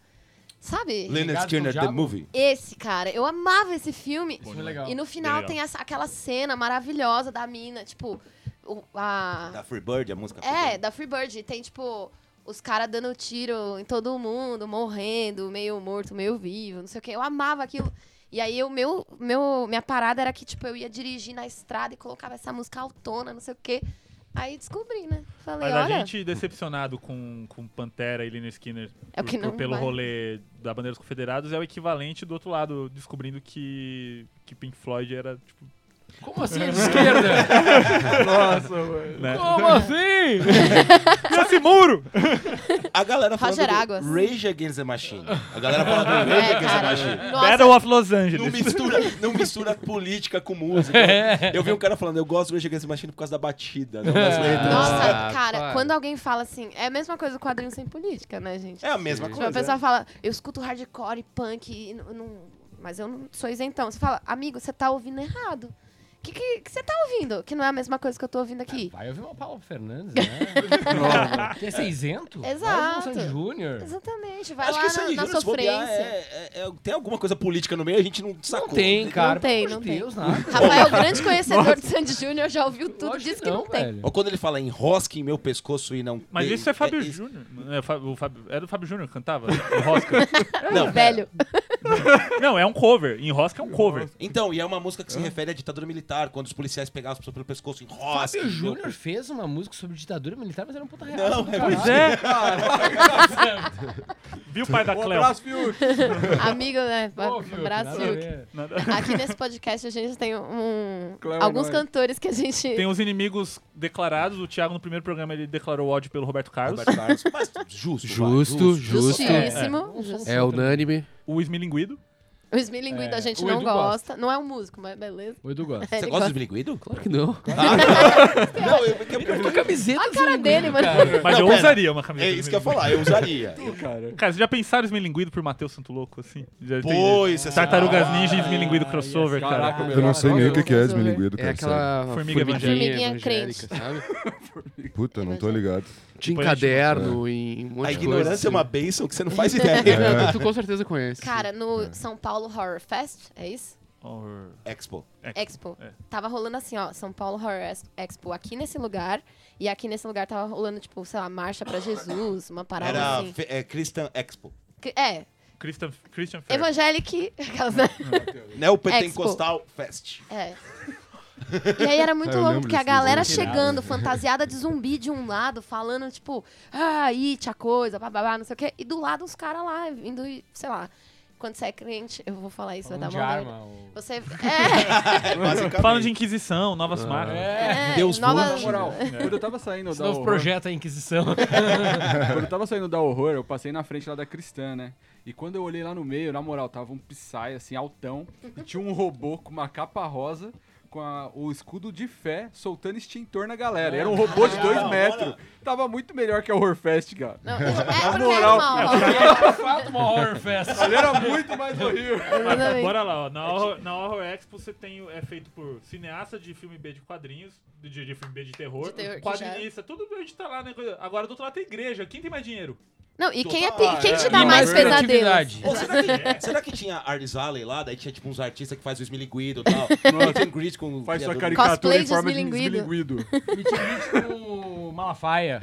E: Sabe?
F: Leonard
G: Ligado
F: Skinner,
G: com o
F: The
G: diabo?
F: Movie.
E: Esse, cara. Eu amava esse filme.
G: Isso foi legal.
E: E no final
D: Legal.
E: tem essa- aquela cena maravilhosa da mina, tipo, o- a...
F: Da Freebird, a música.
E: Ah. É, da Freebird. E Tem, tipo, os caras dando tiro em todo mundo, morrendo, meio morto, meio vivo, não sei o quê. Eu amava aquilo. E aí, o meu, meu, minha parada era que, tipo, eu ia dirigir na estrada e colocava essa música autona, não sei o quê. Aí descobri, né? Falei,
D: Mas a
E: olha...
D: gente decepcionado com, com Pantera e Lino Skinner
E: É o
D: por-
E: que
D: por-
E: não
D: pelo
E: vai.
D: rolê da Bandeira dos Confederados é o equivalente do outro lado, descobrindo que, que Pink Floyd era, tipo,
G: Como assim é de esquerda?
D: né?
G: Como assim?
D: Esse muro!
F: A galera fala.
E: Roger Águas.
F: Rage Against the Machine. A galera fala do Rage
E: É,
F: Against the Machine.
E: cara,
D: Battle
E: nossa,
D: of Los
F: Não
D: Angeles.
F: mistura, não mistura política com música. Eu vi um cara falando, eu gosto do Rage Against the Machine por causa da batida, não
D: É.
F: das letras.
E: nossa,
H: Ah,
E: cara,
H: para.
E: quando alguém fala assim, é a mesma coisa do quadrinho sem política, né, gente?
F: É a mesma
E: Tipo,
F: coisa.
E: a pessoa fala, eu escuto hardcore e punk, e n- não- mas eu não sou isentão. Você fala, amigo, você tá ouvindo errado. O que, que, que você tá ouvindo? Que não é a mesma coisa que eu tô ouvindo aqui.
G: É, Vai ouvir uma Paula Fernandes, né? Quer ser isento?
E: Exato.
G: Vai ouvir um Sandy Júnior.
E: Exatamente, vai
F: Acho
E: lá
F: que
E: na,
F: Sandy
E: na
F: Júnior, se bobear,
E: sofrência.
F: é- é- é- tem alguma coisa política no meio, a gente não sacou.
G: Não tem, cara.
E: Não tem,
G: pelo amor
E: não
G: de Deus, nada.
E: Rafael, grande conhecedor de Sandy Júnior, já ouviu tudo,
G: Lógico
E: disse que não, tem.
G: velho.
F: Ou quando ele fala enrosque em meu pescoço e não...
D: Mas
F: e-
D: isso é Fábio
F: isso-
D: Júnior. É, Fá- o Fábio- era o Fábio Júnior que cantava? Enrosca.
F: Não,
E: Velho,
D: Não, é um cover. Enrosca é um cover.
F: Então, e é uma música que se refere à ditadura militar, quando os policiais pegavam as pessoas pelo pescoço, enrosque.
G: Fábio
F: meu-
G: Júnior fez uma música sobre ditadura militar, mas era um puta real.
F: Não, é
D: Pois é. Viu o pai da
B: Um
D: Cleo?
B: abraço, Fiuk.
E: amigo, né?
G: Óbvio, é.
E: Abraço.
G: nada a ver.
D: Nada-
E: Aqui nesse podcast a gente tem um,
B: Claro,
E: alguns
B: nós.
E: cantores que a gente.
D: Tem um os inimigos declarados. O Thiago, no primeiro programa, ele declarou ódio pelo Roberto Carlos.
F: Roberto Carlos. Mas justo, vai,
H: Justo, justo.
E: Justíssimo. justo.
H: É unânime.
D: O Esmilinguido.
E: O Smilinguido a
G: É,
E: gente
G: o
E: não
G: Edu gosta.
E: gosta. Não é um músico, mas beleza.
G: O Edu gosta.
F: Você
E: É, Ele
F: gosta de bilinguido? Claro
H: Que não.
F: Não, eu, eu, eu, eu,
G: Camiseta
E: A cara dele, mano.
D: Mas
F: Não,
D: eu
F: pera.
D: usaria uma camisa.
F: É
D: do
F: isso que eu ia
D: Esmilinguido.
F: falar, eu usaria.
B: Cara,
D: Cara, vocês já pensaram Esmilinguido por Matheus Santo Louco, assim? Já tem-
F: Pois, você
D: Tartarugas
F: sabe.
D: Ninja e Esmilinguido crossover, cara.
B: caraca,
I: Eu não sei nem o que, que é
E: Deus,
I: esmilinguido,
H: É
I: cara. sério.
H: aquela
D: Formiga
H: formiga,
E: evangélica.
H: evangélica,
E: Formiguinha crente.
H: sabe?
I: Puta, não
E: é
I: tô ligado.
H: Tipo, Tinha em
D: Depois a gente-
H: caderno, em um monte
F: A
H: de coisa.
F: ignorância é uma bênção que você não faz
H: assim.
F: ideia.
H: É, Tu com certeza conhece.
E: Cara, no São Paulo Horror Fest, é isso?
D: Or-
F: É. Expo.
E: Expo.
D: É.
E: Tava rolando assim, ó, São Paulo Horror Ex- Expo aqui nesse lugar. E aqui nesse lugar tava rolando, tipo, sei lá, Marcha pra Jesus, uma parada
F: Era
E: assim.
F: fe- é, Christian Expo.
E: Que- É,
D: Christian, Christian Fair.
E: Evangelic. Aquelas, né?
F: Neopentecostal Fest.
E: É. E aí era muito
I: Ah, eu
E: louco,
I: lembro
E: porque a
I: desse desenho.
E: galera chegando, fantasiada de zumbi de um lado, falando, tipo, ah, it, a coisa, bababá, não sei o quê. E do lado os caras lá, vindo, e, sei lá, quando você é crente, eu vou falar isso, tá vai dar
G: Falando de
E: uma merda.
G: Um arma. o-
E: Você é,
D: Falando de Inquisição,
F: Ah.
D: novas marcas.
E: é,
F: Deus
E: nova,
B: Na moral,
E: É.
B: quando eu tava saindo
G: Esse
B: da
G: novo
B: horror,
G: projeto é a Inquisição.
B: quando eu tava saindo da horror, eu passei na frente lá da Cristã, né? E quando eu olhei lá no meio, na moral, tava um Psy, assim, altão, e tinha um robô com uma capa rosa, com a- o escudo de fé, soltando extintor na galera. E Era um robô de dois metros. Tava muito melhor que a Horrorfest, cara.
E: Não, é porque
B: moral.
E: é normal.
G: Fato, uma horror fest.
B: Ele era muito mais horrível.
E: Exatamente.
D: Bora lá, ó. Na Horror, na Horror Expo você tem, o- é feito por cineasta de filme B de quadrinhos, de, de filme B de terror,
E: De terror, que é.
D: quadrinista, tudo a gente tá lá, né? coisa- Agora do outro lado tem igreja, quem tem mais dinheiro?
E: Não, e quem, é,
F: Total.
E: quem te
G: E
E: dá mais pesadelos?
G: criatividade.
F: Pô, será, que, será que tinha Arles Alley lá? Daí tinha tipo uns artistas que faz o Smilinguido e tal. Meet and greet com o
B: Faz sua
F: criador.
B: caricatura
E: Cosplay
B: em
E: de
B: forma de um
E: esmilinguido.
B: esmilinguido.
G: Meet com o Malafaia.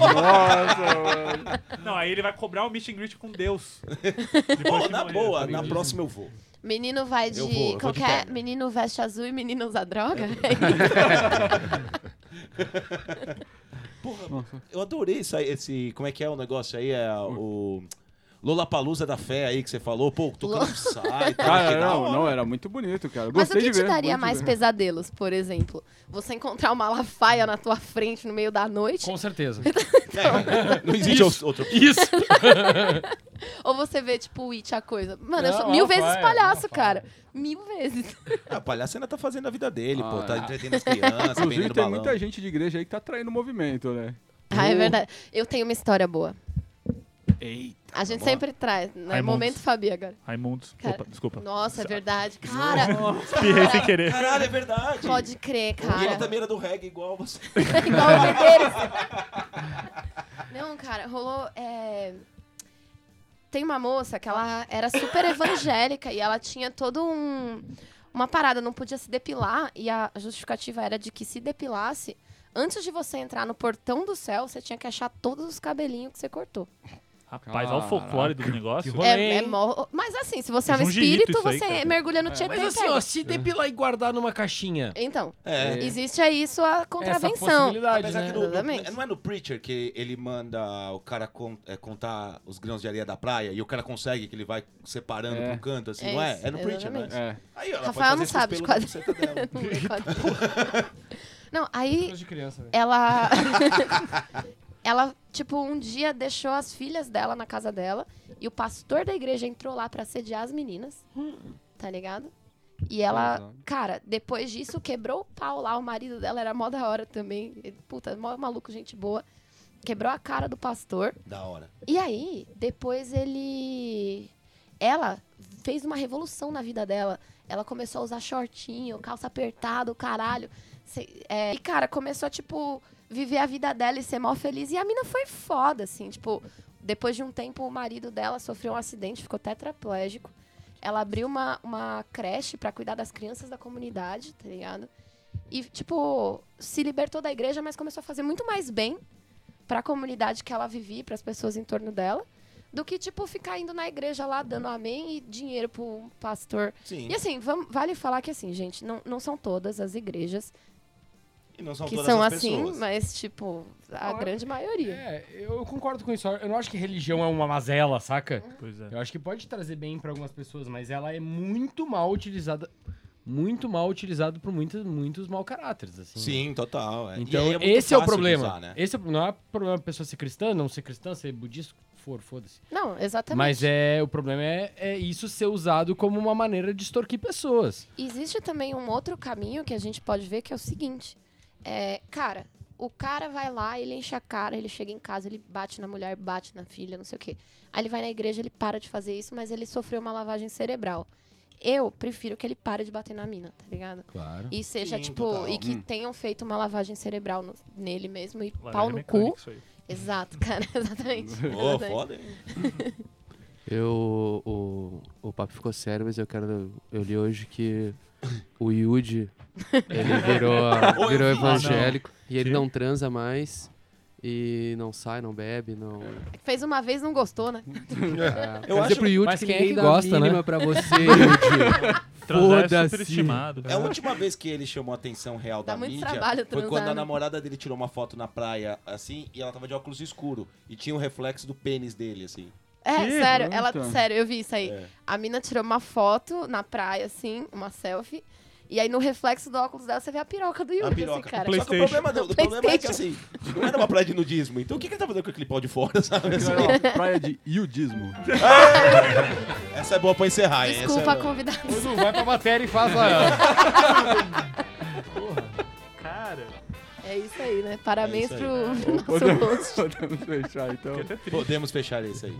B: Nossa, mano.
D: Não, aí ele vai cobrar o meet and greet com Deus.
F: Pô,
D: Depois que
F: na
D: morrer,
F: boa,
D: tá
F: na
D: ligado?
F: próxima eu vou.
E: Menino vai de.
F: Eu vou, eu vou
E: qual
F: de
E: que é?
F: terno.
E: Menino veste azul e menino usa droga?
F: Porra, eu adorei isso aí, esse. Como é que é o negócio aí? É o. Lollapalooza da fé aí que você falou, pô, um tocando
E: Lo-
F: Psy e tal.
B: Cara,
F: que da
B: não,
F: hora.
B: não, era muito bonito, cara. Eu
E: Mas o
B: Gostei
E: que
B: de
E: te
B: ver,
E: daria
B: muito
E: mais
B: bem.
E: pesadelos, por exemplo? Você encontrar uma lafaia na tua frente no meio da noite?
G: Com certeza.
F: É, não existe outro.
G: Isso.
E: Ou você vê, tipo, o It, a coisa? Mano, eu
G: Não,
E: sou mil
G: lafaia,
E: vezes palhaço,
G: lafaia.
E: cara. Mil vezes.
F: Ah, o palhaço ainda tá fazendo a vida dele, pô.
B: Ah,
F: Tá
B: é.
F: entretendo as crianças,
B: Inclusive,
F: vendendo
B: tem
F: balão.
B: muita gente de igreja aí que tá traindo movimento, né?
E: Ah, é verdade. Eu tenho uma história boa.
F: Eita.
E: A gente
F: Vamos lá.
E: sempre traz. Né?
D: Raimundos.
E: Momento Fabi agora.
D: Raimundos.
E: Cara,
D: Opa, desculpa.
E: Nossa, é verdade. Cara,
D: Espirrei sem querer.
F: Caralho, é verdade.
E: pode crer,
F: E ele
E: cara.
F: também era do reggae igual você.
E: Igual o Medeiros. Não, cara, rolou. é, Tem uma moça que ela era super evangélica e ela tinha todo um. Uma parada, não podia se depilar, e a justificativa era de que se depilasse, antes de você entrar no portão do céu, você tinha que achar todos os cabelinhos que você cortou.
D: Rapaz, olha o folclore do negócio.
G: Que rolê. Olha,
E: É, é
G: hein?
E: mó- Mas assim, se você é um
D: Jiu-jitsu
E: espírito,
D: isso aí,
E: você
D: cara. É.
E: mergulha no Tietê.
G: Mas
E: e
G: assim,
E: pega.
G: ó, se depilar e guardar numa caixinha.
E: Então,
F: É.
E: existe aí isso a
G: Essa
E: contravenção.
G: possibilidade,
F: Apesar
G: né?
F: que no-
E: Exatamente.
F: no- não é no Preacher que ele manda o cara con- é, contar os grãos de areia da praia e o cara consegue que ele vai separando
B: É.
F: pro canto, assim,
E: É
F: não é?
E: isso,
F: É no Preacher, né?
E: exatamente.
B: É.
F: Aí, ela
E: Rafael não
F: pode fazer
E: sabe
F: isso
E: de
F: com os pelos da buceta dela.
E: Não, é quadro. Não, aí
G: Coisa de criança, velho.
E: ela. ela, tipo, um dia deixou as filhas dela na casa dela e o pastor da igreja entrou lá pra sediar as meninas. Tá ligado? E ela, cara, depois disso quebrou o pau lá. O marido dela era mó da hora também. Ele, Puta, mó maluco, gente boa. Quebrou a cara do pastor.
F: Da hora.
E: E aí, depois ele. Ela fez uma revolução na vida dela. Ela começou a usar shortinho, calça apertada, o caralho. Cê- é, E, cara, começou a, tipo, viver a vida dela e ser mó feliz. E a mina foi foda, assim, tipo. Depois de um tempo, o marido dela sofreu um acidente, ficou tetraplégico. Ela abriu uma, uma creche pra cuidar das crianças da comunidade, tá ligado? E, tipo, se libertou da igreja, mas começou a fazer muito mais bem pra comunidade que ela vivia, pras pessoas em torno dela, do que, tipo, ficar indo na igreja lá dando amém e dinheiro pro pastor.
F: Sim.
E: E assim, vam- vale falar que assim, gente, não, não são todas as igrejas
F: E não são
E: que
F: todas
E: são
F: as
E: assim,
F: pessoas.
E: mas, tipo, a
G: Claro.
E: grande maioria.
G: É, eu concordo com isso. Eu não acho que religião é uma mazela, saca?
E: Hum.
D: Pois é.
G: Eu acho que pode trazer bem pra algumas pessoas, mas ela é muito mal utilizada. Muito mal utilizada por muitos, muitos mau caráteres, assim.
F: Sim, total. é.
G: Então,
F: E aí muito
G: esse é
F: fácil
G: o
F: de
G: problema.
F: usar, né?
G: Esse é o- não é problema a pessoa ser cristã, não ser cristã, ser budista, for, foda-se.
E: Não, exatamente.
G: Mas é, o problema é, é isso ser usado como uma maneira de extorquir pessoas.
E: Existe também um outro caminho que a gente pode ver que é o seguinte. É, cara, o cara vai lá, ele enche a cara, ele chega em casa, ele bate na mulher, bate na filha, não sei o quê. Aí ele vai na igreja, ele para de fazer isso, mas ele sofreu uma lavagem cerebral. Eu prefiro que ele pare de bater na mina, tá ligado?
G: Claro.
E: E seja,
F: Sim,
E: tipo,
F: total.
E: e que
B: Hum.
E: tenham feito uma lavagem cerebral no- nele mesmo e
D: Laranja
E: pau no
D: mecânica,
E: cu.
D: isso aí.
E: Exato, cara, exatamente.
G: É
F: Ô,
E: Exatamente.
F: foda, hein?
H: Eu. O, o papo ficou sério, mas eu quero. Eu li hoje que o Yudi ele virou, virou evangélico e ele
D: Que?
H: não transa mais. E não sai, não bebe, não.
E: Fez uma vez, não gostou, né?
H: É. Quer
F: acho-
H: dizer pro Yudi
G: mas
H: que
G: quem é
H: ninguém
G: que
H: dá
G: gosta, né?
H: mínima pra você, Yudi.
D: Transar é
H: Foda-se.
D: superestimado.
F: É a
G: né?
F: última vez que ele chamou a atenção real
E: Dá
F: da
E: muito
F: mídia.
E: trabalho
F: foi
E: transar,
F: quando a
E: né?
F: namorada dele tirou uma foto na praia, assim, e ela tava de óculos escuro. E tinha o reflexo do um pênis dele, assim.
E: É,
B: Que
E: sério, ela,
B: pronta.
E: sério, eu vi isso aí. A mina tirou uma foto na praia, assim, uma selfie. E aí no reflexo do óculos dela você vê a piroca do Yuri, assim,
F: piroca.
E: cara.
D: Play-
F: Só que o problema, do, o problema é que,
E: PlayStation.
F: assim, não era uma praia de nudismo. Então o que que ele tá fazendo com aquele pau de fora, sabe? Assim,
B: Praia de iudismo.
F: essa é boa pra encerrar, hein? Essa
E: Desculpa,
F: é...
E: convidados.
G: Edu, vai pra matéria e faz lá.
D: Cara,
E: É isso aí, né? Parabéns
F: É isso
E: pro pro nosso
B: Podemos,
E: host.
B: podemos fechar, então.
D: fiquei até triste.
F: Podemos fechar isso aí.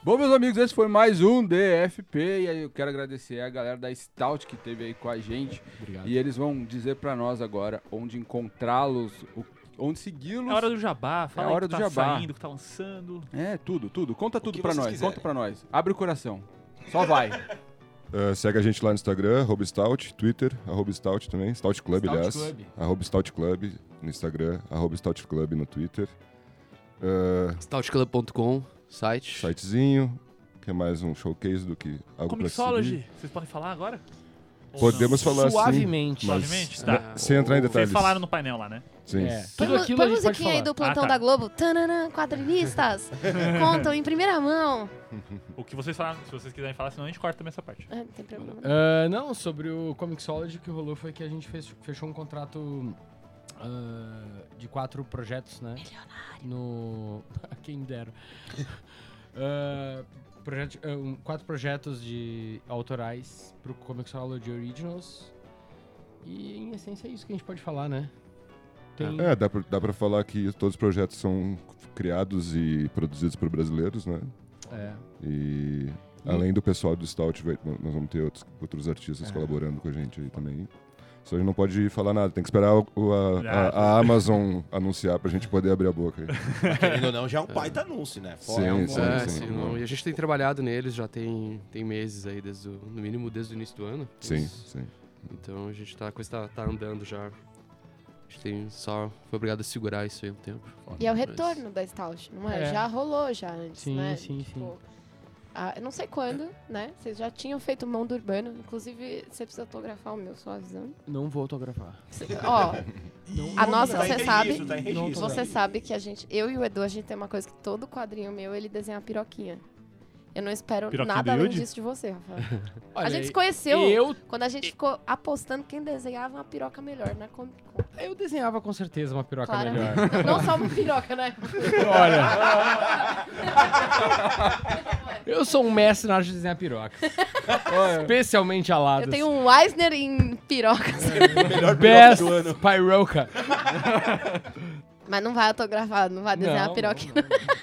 B: Bom, meus amigos, esse foi mais um DFP. E aí eu quero agradecer a galera da Stout que esteve aí com a gente.
G: Obrigado.
B: E eles vão dizer pra nós agora onde encontrá-los, o- onde segui-los.
D: É hora do jabá,
B: É
D: fala aí
B: hora
D: que
B: do
D: tá
B: jabá.
D: saindo, que tá lançando.
B: É, tudo, tudo. Conta tudo
F: que
B: pra
F: vocês
B: nós.
F: quiserem.
B: Conta pra nós. Abre o coração. Só vai.
I: Ah, segue a gente lá no Instagram, arroba Stout, Twitter, arroba Stout também, Stout Club,
G: Stout
I: aliás.
G: Club.
I: Arroba Stout Club no Instagram, arroba Stout Club no Twitter. Ah,
H: Stoutclub.com, site.
I: sitezinho, que é mais um showcase do que algo pra se
D: Comixology, vocês podem falar agora?
I: seguir. Podemos falar assim.
G: Suavemente.
I: mas-
D: Suavemente? Tá.
I: Sem entrar em detalhes.
D: Vocês falaram no painel lá, né?
I: Sim.
G: É.
E: Põe,
G: Tudo
E: mu- põe
G: aquilo a gente pode
E: musiquinha aí
G: falar.
E: do plantão
D: Ah, tá.
E: da Globo. Tananã, quadrinistas. Contam em primeira mão.
D: O que vocês falaram, se vocês quiserem falar, senão a gente corta também essa parte.
E: Ah, não tem problema.
G: Ah, não, sobre o Comixology, o que rolou foi que a gente fez- fechou um contrato ah, de quatro projetos, né? Milionário. No... Quem dera. Ah, projeto- ah, um- quatro projetos de autorais pro Comixology Originals. E, em essência, é isso que a gente pode falar, né? Tem...
I: É, dá pra, dá pra falar que todos os projetos são criados e produzidos por brasileiros, né?
G: é.
I: E além do pessoal do Stout, vai- nós vamos ter outros, outros artistas colaborando com a gente aí também. Só a gente não pode falar nada, tem que esperar o- o- a, a- a Amazon anunciar pra gente poder abrir a boca. aí.
F: Querendo ou não, já é um baita anúncio, né? Fora, é um
I: Sim,
H: É,
I: sim,
H: sim, não. E a gente tem trabalhado neles já tem, tem meses aí, desde o, no mínimo desde o início do ano.
I: Sim,
H: Isso.
I: sim.
H: Então a gente tá, a coisa tá, tá andando já. A gente tem só. Foi obrigado a segurar isso aí um tempo.
E: E é o retorno da Stout, não é?
G: É.
E: Já rolou já antes,
G: Sim,
E: né?
G: sim, sim.
E: ah, eu não sei quando, né? Vocês já tinham feito o Mundo Urbano. Inclusive, você precisa autografar o meu, só avisando.
G: Não vou autografar.
E: Cê- Ó, a nossa,
F: tá em
E: você
F: registro,
E: sabe.
F: tá em registro.
E: Você sabe que a gente, eu e o Edu, a gente tem uma coisa que todo quadrinho meu, ele desenha uma piroquinha. Eu não espero
D: Piroquinha do
E: nada além
D: Yudi?
E: disso de você, Rafael.
G: Olha,
E: a gente se conheceu
G: eu,
E: quando a gente ficou apostando quem desenhava uma piroca melhor, né? Com, com,
G: eu desenhava com certeza uma piroca
E: Claro.
G: melhor.
E: não só uma piroca, né?
G: Olha. Eu sou um mestre na arte de desenhar piroca. Especialmente aladas.
E: Eu tenho um Eisner em pirocas.
F: Melhor piroca
G: Best
F: do ano.
G: Piroca.
E: Mas não vai autografar, não vai desenhar
G: Não,
E: a piroca.
G: não, não.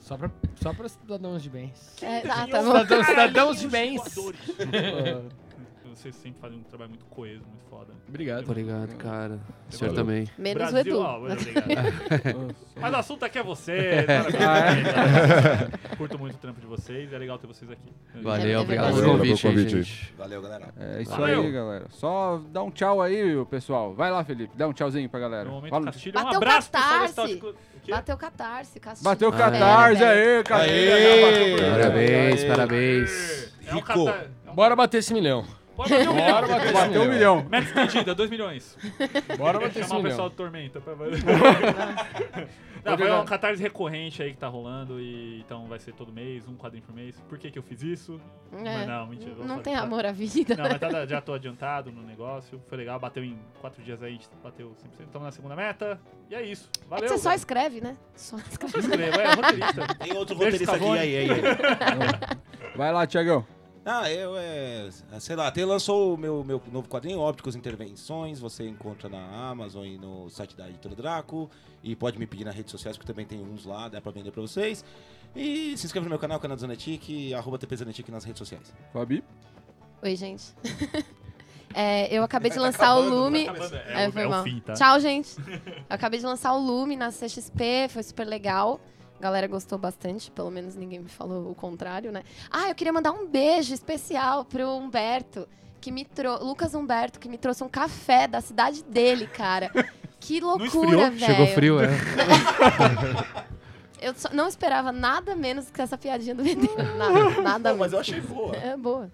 G: Só pra, só pra cidadãos de bens.
E: É, ah, tá bom.
G: Cidadãos, cidadãos de bens.
D: Vocês sempre fazem um trabalho muito coeso, muito foda.
G: Obrigado.
H: Obrigado, cara. O senhor
D: Valeu.
H: também.
E: Menos
D: Brasil,
E: o Edu.
D: ó, é muito obrigado. Mas o assunto aqui é você. Curto muito o trampo de vocês, é legal ter vocês aqui.
E: É
H: Valeu, obrigado pelo convite, aí,
I: verdade. Valeu pelo convite aí.
H: gente.
F: Valeu, galera.
B: É isso
D: Valeu.
B: aí, galera. Só dá um tchau aí, pessoal. Vai lá, Felipe. Dá um tchauzinho pra galera.
D: No momento
B: Fala-
D: Castilho, um
E: Bateu
D: abraço pro pessoal da
E: catarse.
D: Stout Club. O quê?
E: Bateu catarse, Castilho.
B: Bateu o
H: Ah, é.
B: catarse aí,
F: Aê!
B: Castilho.
H: Parabéns, parabéns.
D: É um
F: Rico.
D: catar... é um-
G: Bora bater esse milhão.
D: Bora bater um milhão.
B: Bateu um milhão.
D: Meta estendida, 2 milhões.
G: Bora bater esse
D: Chamar o pessoal
G: milhão.
D: do Tormenta pra Não, vai um catarse recorrente aí que tá rolando e então vai ser todo mês, um quadrinho por mês. Por que que eu fiz isso? Mas não, mentira, vamos
E: Não
D: fazer
E: tem
D: quatro.
E: amor à vida. É
D: Não, mas tá- já tô adiantado no negócio. Foi legal, bateu em 4 dias aí, a gente bateu 100%. Estamos na segunda meta. E é isso.
E: É
D: Valeu.
E: que você só escreve, né? Só escreve.
D: Eu escrevo, é roteirista.
F: Tem outro
D: Beijo,
F: roteirista aqui,
D: Scavone.
F: aí, aí, aí.
B: Vai lá, Tiagão.
F: Ah, eu é. Sei lá, até lançou o meu, meu novo quadrinho, Ópticos Intervenções. Você encontra na Amazon e no site da Editora Draco. E pode me pedir nas redes sociais, que eu também tenho uns lá, dá pra vender pra vocês. E se inscreva no meu canal, canal do Zanetic, e arroba TP Zanetic nas redes sociais.
B: Fabi.
E: Oi, gente. É, eu acabei de lançar o Lume.
D: É, o-
E: foi
D: é o
E: mal.
D: fim, tá?
E: Tchau, gente. Eu acabei de lançar o Lume na CXP, foi super legal. A galera gostou bastante, pelo menos ninguém me falou o contrário, né? Ah, eu queria mandar um beijo especial pro Humberto, que me trouxe. Lucas Humberto, que me trouxe um café da cidade dele, cara. Que loucura, velho.
H: Chegou frio, é.
E: Eu só- não esperava nada menos que essa piadinha do VD. Nada, nada
F: Hum. mas
E: menos.
F: eu achei boa.
E: É boa.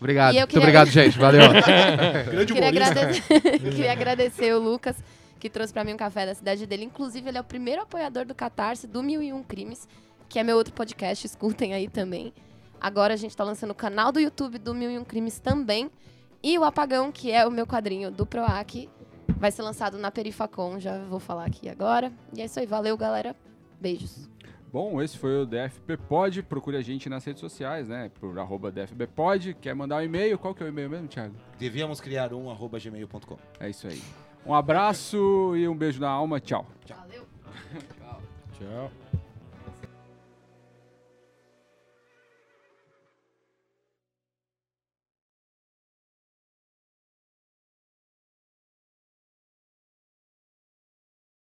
H: Obrigado.
E: E eu
H: Muito
E: queria-
H: obrigado, gente. Valeu.
F: Grande
E: Queria
F: humorista.
E: agradecer, queria agradecer o Lucas, que trouxe pra mim um café da cidade dele. Inclusive, ele é o primeiro apoiador do Catarse do Mil e Um Crimes, que é meu outro podcast, escutem aí também. Agora a gente tá lançando o canal do YouTube do Mil e Um Crimes também. E o Apagão, que é o meu quadrinho do PROAC, vai ser lançado na Perifacon, já vou falar aqui agora. E é isso aí, valeu galera, beijos.
B: Bom, esse foi o DFB Pod. Procure a gente nas redes sociais, né? Por arroba DFB Pod. Quer mandar um e-mail? Qual que é o e-mail mesmo, Thiago?
F: Devíamos criar um arroba gmail.com.
B: É isso aí. Um abraço e um beijo na alma. Tchau.
E: Valeu.
G: Tchau.